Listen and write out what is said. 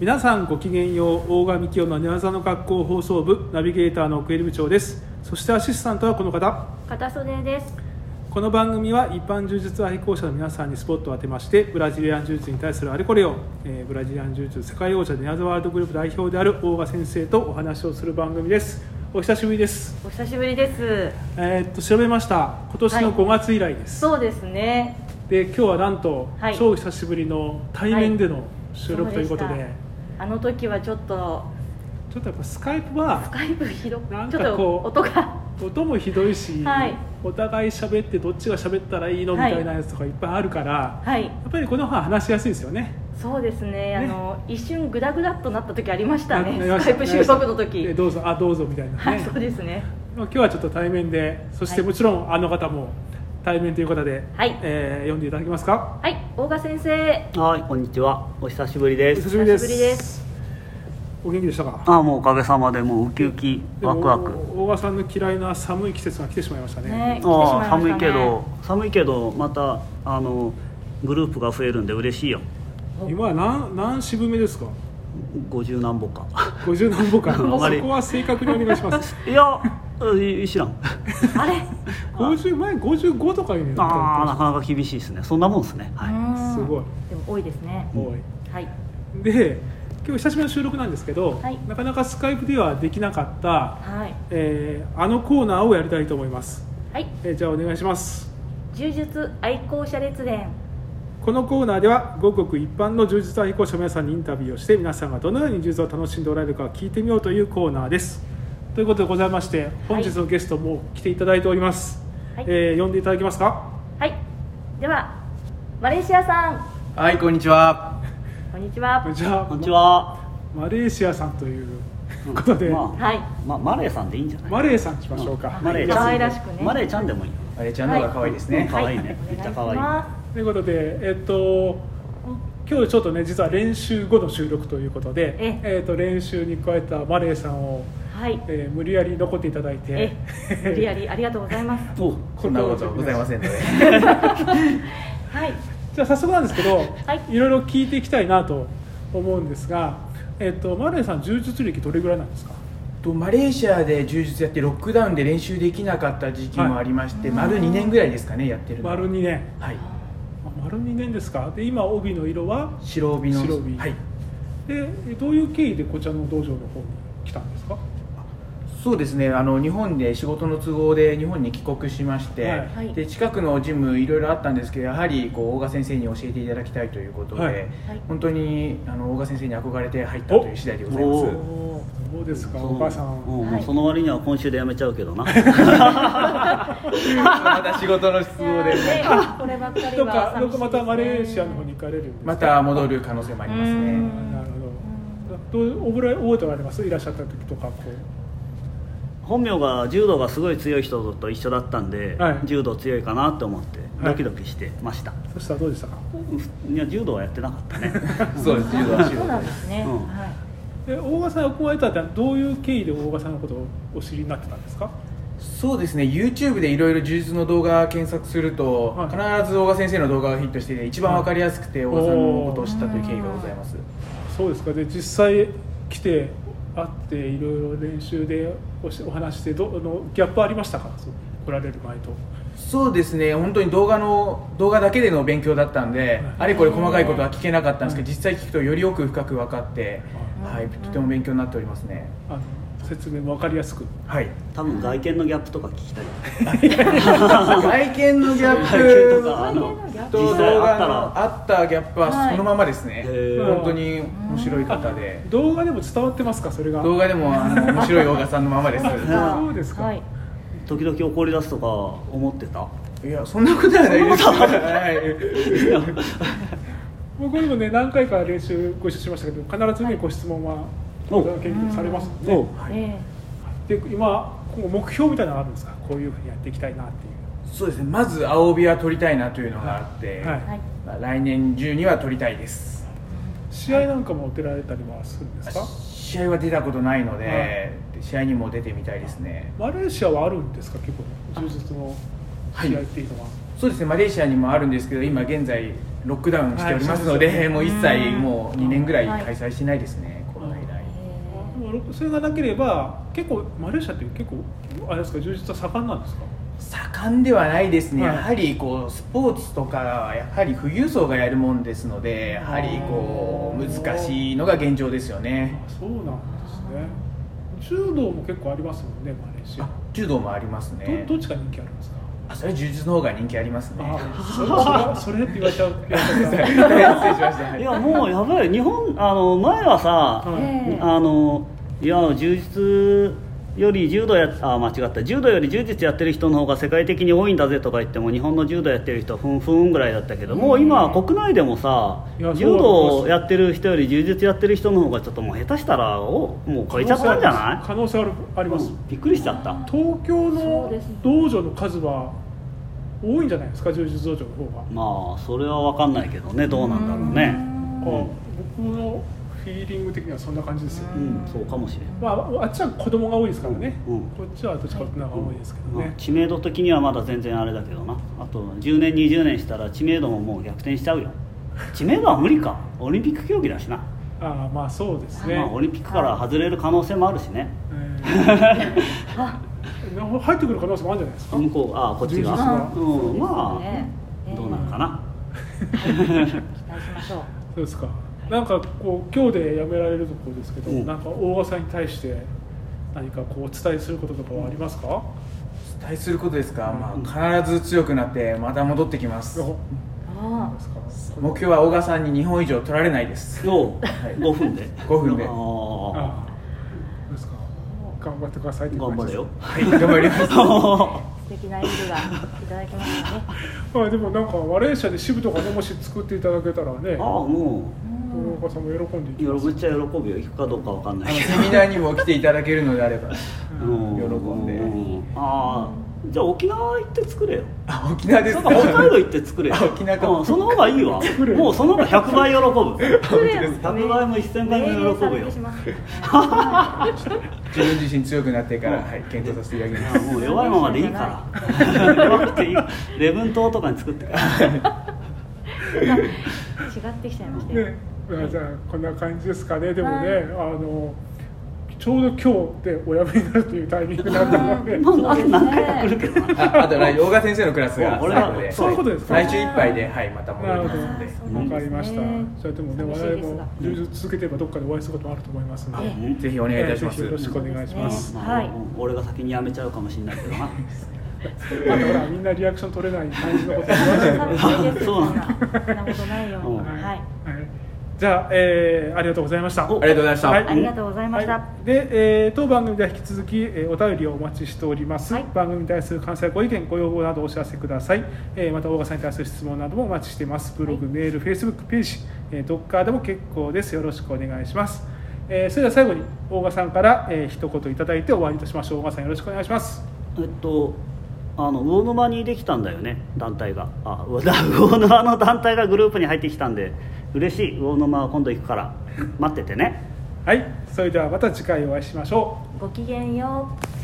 皆さんごきげんよう大神清の寝技の学校放送部ナビゲーターの奥入部長ですそしてアシスタントはこの方片袖ですこの番組は一般柔術愛好者の皆さんにスポットを当てましてブラジリアン柔術に対するあれこれを、えーブラジリアン柔術世界王者ネアザワールドグループ代表である大賀先生とお話をする番組ですお久しぶりですお久しぶりですえーっと調べました今年のはい5月以来です、そうですねで今日はなんと、はい超久しぶりの対面での収録ということで,、そうでしたあの時はちょっとちょっとやっぱスカイプはスカイプひどくなんちかょっとこう音が音もひどいし、はいお互い喋ってどっちが喋ったらいいのみたいなやつとかいっぱいあるから、はいやっぱりこの方が話しやすいですよねそうですねあの一瞬グダグダっとなった時ありましたなねなりまスしカたイプ収録の時、でどうぞあどうぞみたいなね、はいそうですねまあ今日はちょっと対面でそしてもちろんあの方も対面という方で、はいえー読んでいただけますかはい大賀先生はい、こんにちは。お久しぶりおで久す。しぶりです久しぶりですお元気でしたかあ、もうおかげさまでもうウキウキでもワクワク。大賀さんの嫌いな寒い季節が来てしまいましたねね来てしまいまあしー、たね寒いけど寒いけどまたあのグループが増えるんで嬉しいよ。今は何何支部目ですか五十何本か。 50何歩かあまりそこは正確にお願いしますいや、うん知らん。あれ50前55とかいうのやあー、なったかなか厳しいですね。そんなもんですね。うはーんすごいでも多いですね多いはいで今日久しぶりの収録なんですけど、はいなかなかスカイプではできなかった、はいえーあのコーナーをやりたいと思います、はいえーじゃあお願いします柔術愛好者列伝このコーナーではごくごく一般の充実愛好者の皆さんにインタビューをして皆さんがどのように充実を楽しんでおられるかを聞いてみようというコーナーですということでございまして本日のゲストも来ていただいております、はいえー呼んでいただけますかはいではマレーシアさんはいこんにちはこんにちはじゃあい。こんにちは。マレーシアさんということで、まあ、はいまマレーさんでいいんじゃない。マレーさんにしましょうか、んマレーち可ゃ愛ん。らしくねマレーちゃんでもいいよ。あれちゃんの方が可愛いですね、可愛いねはめっちゃ可愛いお願しまということで、えっと、今日ちょっとね実は練習後の収録ということで、ええっと、練習に加えたマレーさんを、すはい。えー無理やり残っていただいてえ、無理やりありがとうございます。お、こんなことございませんのではい。じゃあ早速なんですけど、、はいろいろ聞いていきたいなと思うんですが、えっと、マレーさん柔術歴どれぐらいなんですか とマレーシアで柔術やってロックダウンで練習できなかった時期もありまして、はい丸2年ぐらいですかねやってるのは丸2年はあい丸2年ですかで今帯の色は白帯の白帯はいでどういう経緯でこちらの道場の方に来たんですかそうですねあの日本で仕事の都合で日本に帰国しまして、はいはいで近くのジムいろいろあったんですけどやはりこう大賀先生に教えていただきたいということで、はいはい本当にあの大賀先生に憧れて入ったという次第でございまおすおどうですかそうお母さうんんもうその割には今週でやめちゃうけどな。 また仕事のい都 合でやーねこればっかりどっはか寂しいどっかです、ね。またマレーシアの方に行かれるんですかまた戻る可能性もありますうねんなるほど。どう覚え覚えておられます？いらっしゃった時とかこう。本名が柔道がすごい強い人と一緒だったんで、はい柔柔道強いかなと思ってドドキキドドキしてました、そしたらどうでしたか？い、や柔道はやってなかったねそうです柔道は仕そう事なんでですすね。うんはい。で大賀さんが加えたってどういう経緯で大賀さんのことをお知りになってたんですか？そうですね YouTube でいろいろ柔術の動画検索すると、はい必ず大賀先生の動画がヒットしてて一番わかりやすくてはい大賀さんのことを知ったという経緯がございますそうですか。で実際来て会っていろいろ練習でおしお話してどあのギャップありましたか？そう来られる前と。そうですね本当に動画の動画だけでの勉強だったんで、あれこれ細かいことは聞けなかったんですけど、実際聞くとよりよく深く分かって、ははいい、とても勉強になっておりますねあの説明もわかりやすく。はい多分外見のギャップとか聞きたい外見とかあの外見のギャップ外見のギャップと動実際あっ画たのらあったギャップはそのままですね、へー本当に面白い方で動画でも伝わってますか？それが。動画でもあの面白い大賀さんのままですそうですかはい。時々怒り出すとか思ってたいやそんなことはないですはい僕にもね何回か練習ご一緒しましたけど必ずねご質問はお研究されますので。おえで今今後目標みたいなのあるんですかこういうふうにやっていきたいなっていうそうですねまず青帯は取りたいなというのがあって、はいえはい。まあ来年中には取りたいです試合なんかも出られたりはするんですか、試合は出たことないので、は試合にも出てみたいですねマレーシアはあるんですか結構柔術の試合っていうのは、そうですねマレーシアにもあるんですけど今現在ロックダウンしておりますので、はいそうですねもう一切うんもう2年ぐらい開催しないですね、コロナ以来でもそれがなければ結構マレーシアって結構あれですか充実は盛んなんですか盛んではないですね、はいやはりこうスポーツとかはやはり富裕層がやるもんですのでやはりこう難しいのが現状ですよねあそうなんですね柔道も結構ありますもんねマレーシアあ柔道もありますねどどっちが人気ありますかあそれ柔術の方が人気ありますね あそれそれそれって言われちゃう 失礼しましたいやもうやばい日本あの前はさ、はいええあのいや柔術より柔道やあ間違った柔道より柔術やってる人の方が世界的に多いんだぜとか言っても日本の柔道やってる人はふんふんぐらいだったけどもう今国内でもさいやそう柔道やってる人より柔術やってる人の方がちょっともう下手したらおもう超えちゃったんじゃない可能性あるあります、うんびっくりしちゃった東京そうのですね道場の数は多いんじゃないですか柔術道場の方がまあそれは分かんないけどねどうなんだろうねあ僕のフィーリング的にはそんな感じですよ、うん、そうかもしれんまあ、あっちは子供が多いですからね、うんこっちはどっちかっていうのが多いですけどまあね、知名度的にはまだ全然あれだけどなあと10年20年したら知名度ももう逆転しちゃうよ知名度は無理かオリンピック競技だしな、ああまあそうですね、まあ、オリンピックから外れる可能性もあるしねえー 入ってくる可能性もあるんじゃないですか、向こうあこっち充実がはうん、まえあえどうなの かな、期待しましょうそうですかなんかこう今日でやめられるところですけど、うんなんか大賀さんに対して何かこうお伝えすることとかはありますか、対することですか、まあ、必ず強くなってまた戻ってきますどうあですか目標は小川さんに2本以上取られないですようはい5分で5分であーああどうですか頑張ってくださいって頑張 れよはい頑張り ますあ素敵な演技がいただきました ねまあでもなんかマレーシアで支部とかねもし作っていただけたらねああも大岡さんも喜んでいきうよますろめっちゃ喜ぶよ行くかどうか分かんあなのいけどセミナーにも来ていただけるのであればうん喜んでうああじゃあ沖縄行って作れよあ沖縄ですそうかか北海道行って作れよあ沖縄かうんその方がいいわ作れるもうその方が100倍喜ぶ失礼ですね100倍も1000倍も喜命令さぶれよてしまう自分自身強くなってから、はい、検討させていただきますもう弱いままでいいから弱くていい礼文島とかに作ってから違ってきちゃいましたよ、ね、まあじゃあこんな感じですかねでもね、あのちょうど今日でお辞めになるというタイミングなんで、もうあと何回か来るけどなああと来大賀先生のクラスが俺は最後でそういうことですか来週いっぱいではいまた戻なるりほまどすのでそうな分んですねかりましたじゃあでもね我々寂しいですがも充実続けてればどっかでお会いすることもあると思いますので、ええぜひお願いいたしまええぜひすよろしくお願いします、まあはいうん俺が先に辞めちゃうかもしれないけどなあとほらみんなリアクション取れない感じのこと言わないでください寂しいですそうなんだそんなことないように、 うんはい、はいじゃあ、えーありがとうございましたありがとうございました、はいありがとうございました、はい、で、えー当番組では引き続き、えーお便りをお待ちしております、はい番組に対する関西ご意見ご要望などお知らせください、えーまた大賀さんに対する質問などもお待ちしていますブログ、メールフェイスブックページ、えー、ドッカーでも結構ですよろしくお願いします、えーそれでは最後に大賀さんから、えー一言いただいて終わりとしましょう大賀さんよろしくお願いしますえっとあの魚沼にできたんだよね団体があ うわだ魚沼の団体がグループに入ってきたんで嬉しい魚沼は今度行くから待っててねはいそれではまた次回お会いしましょうごきげんよう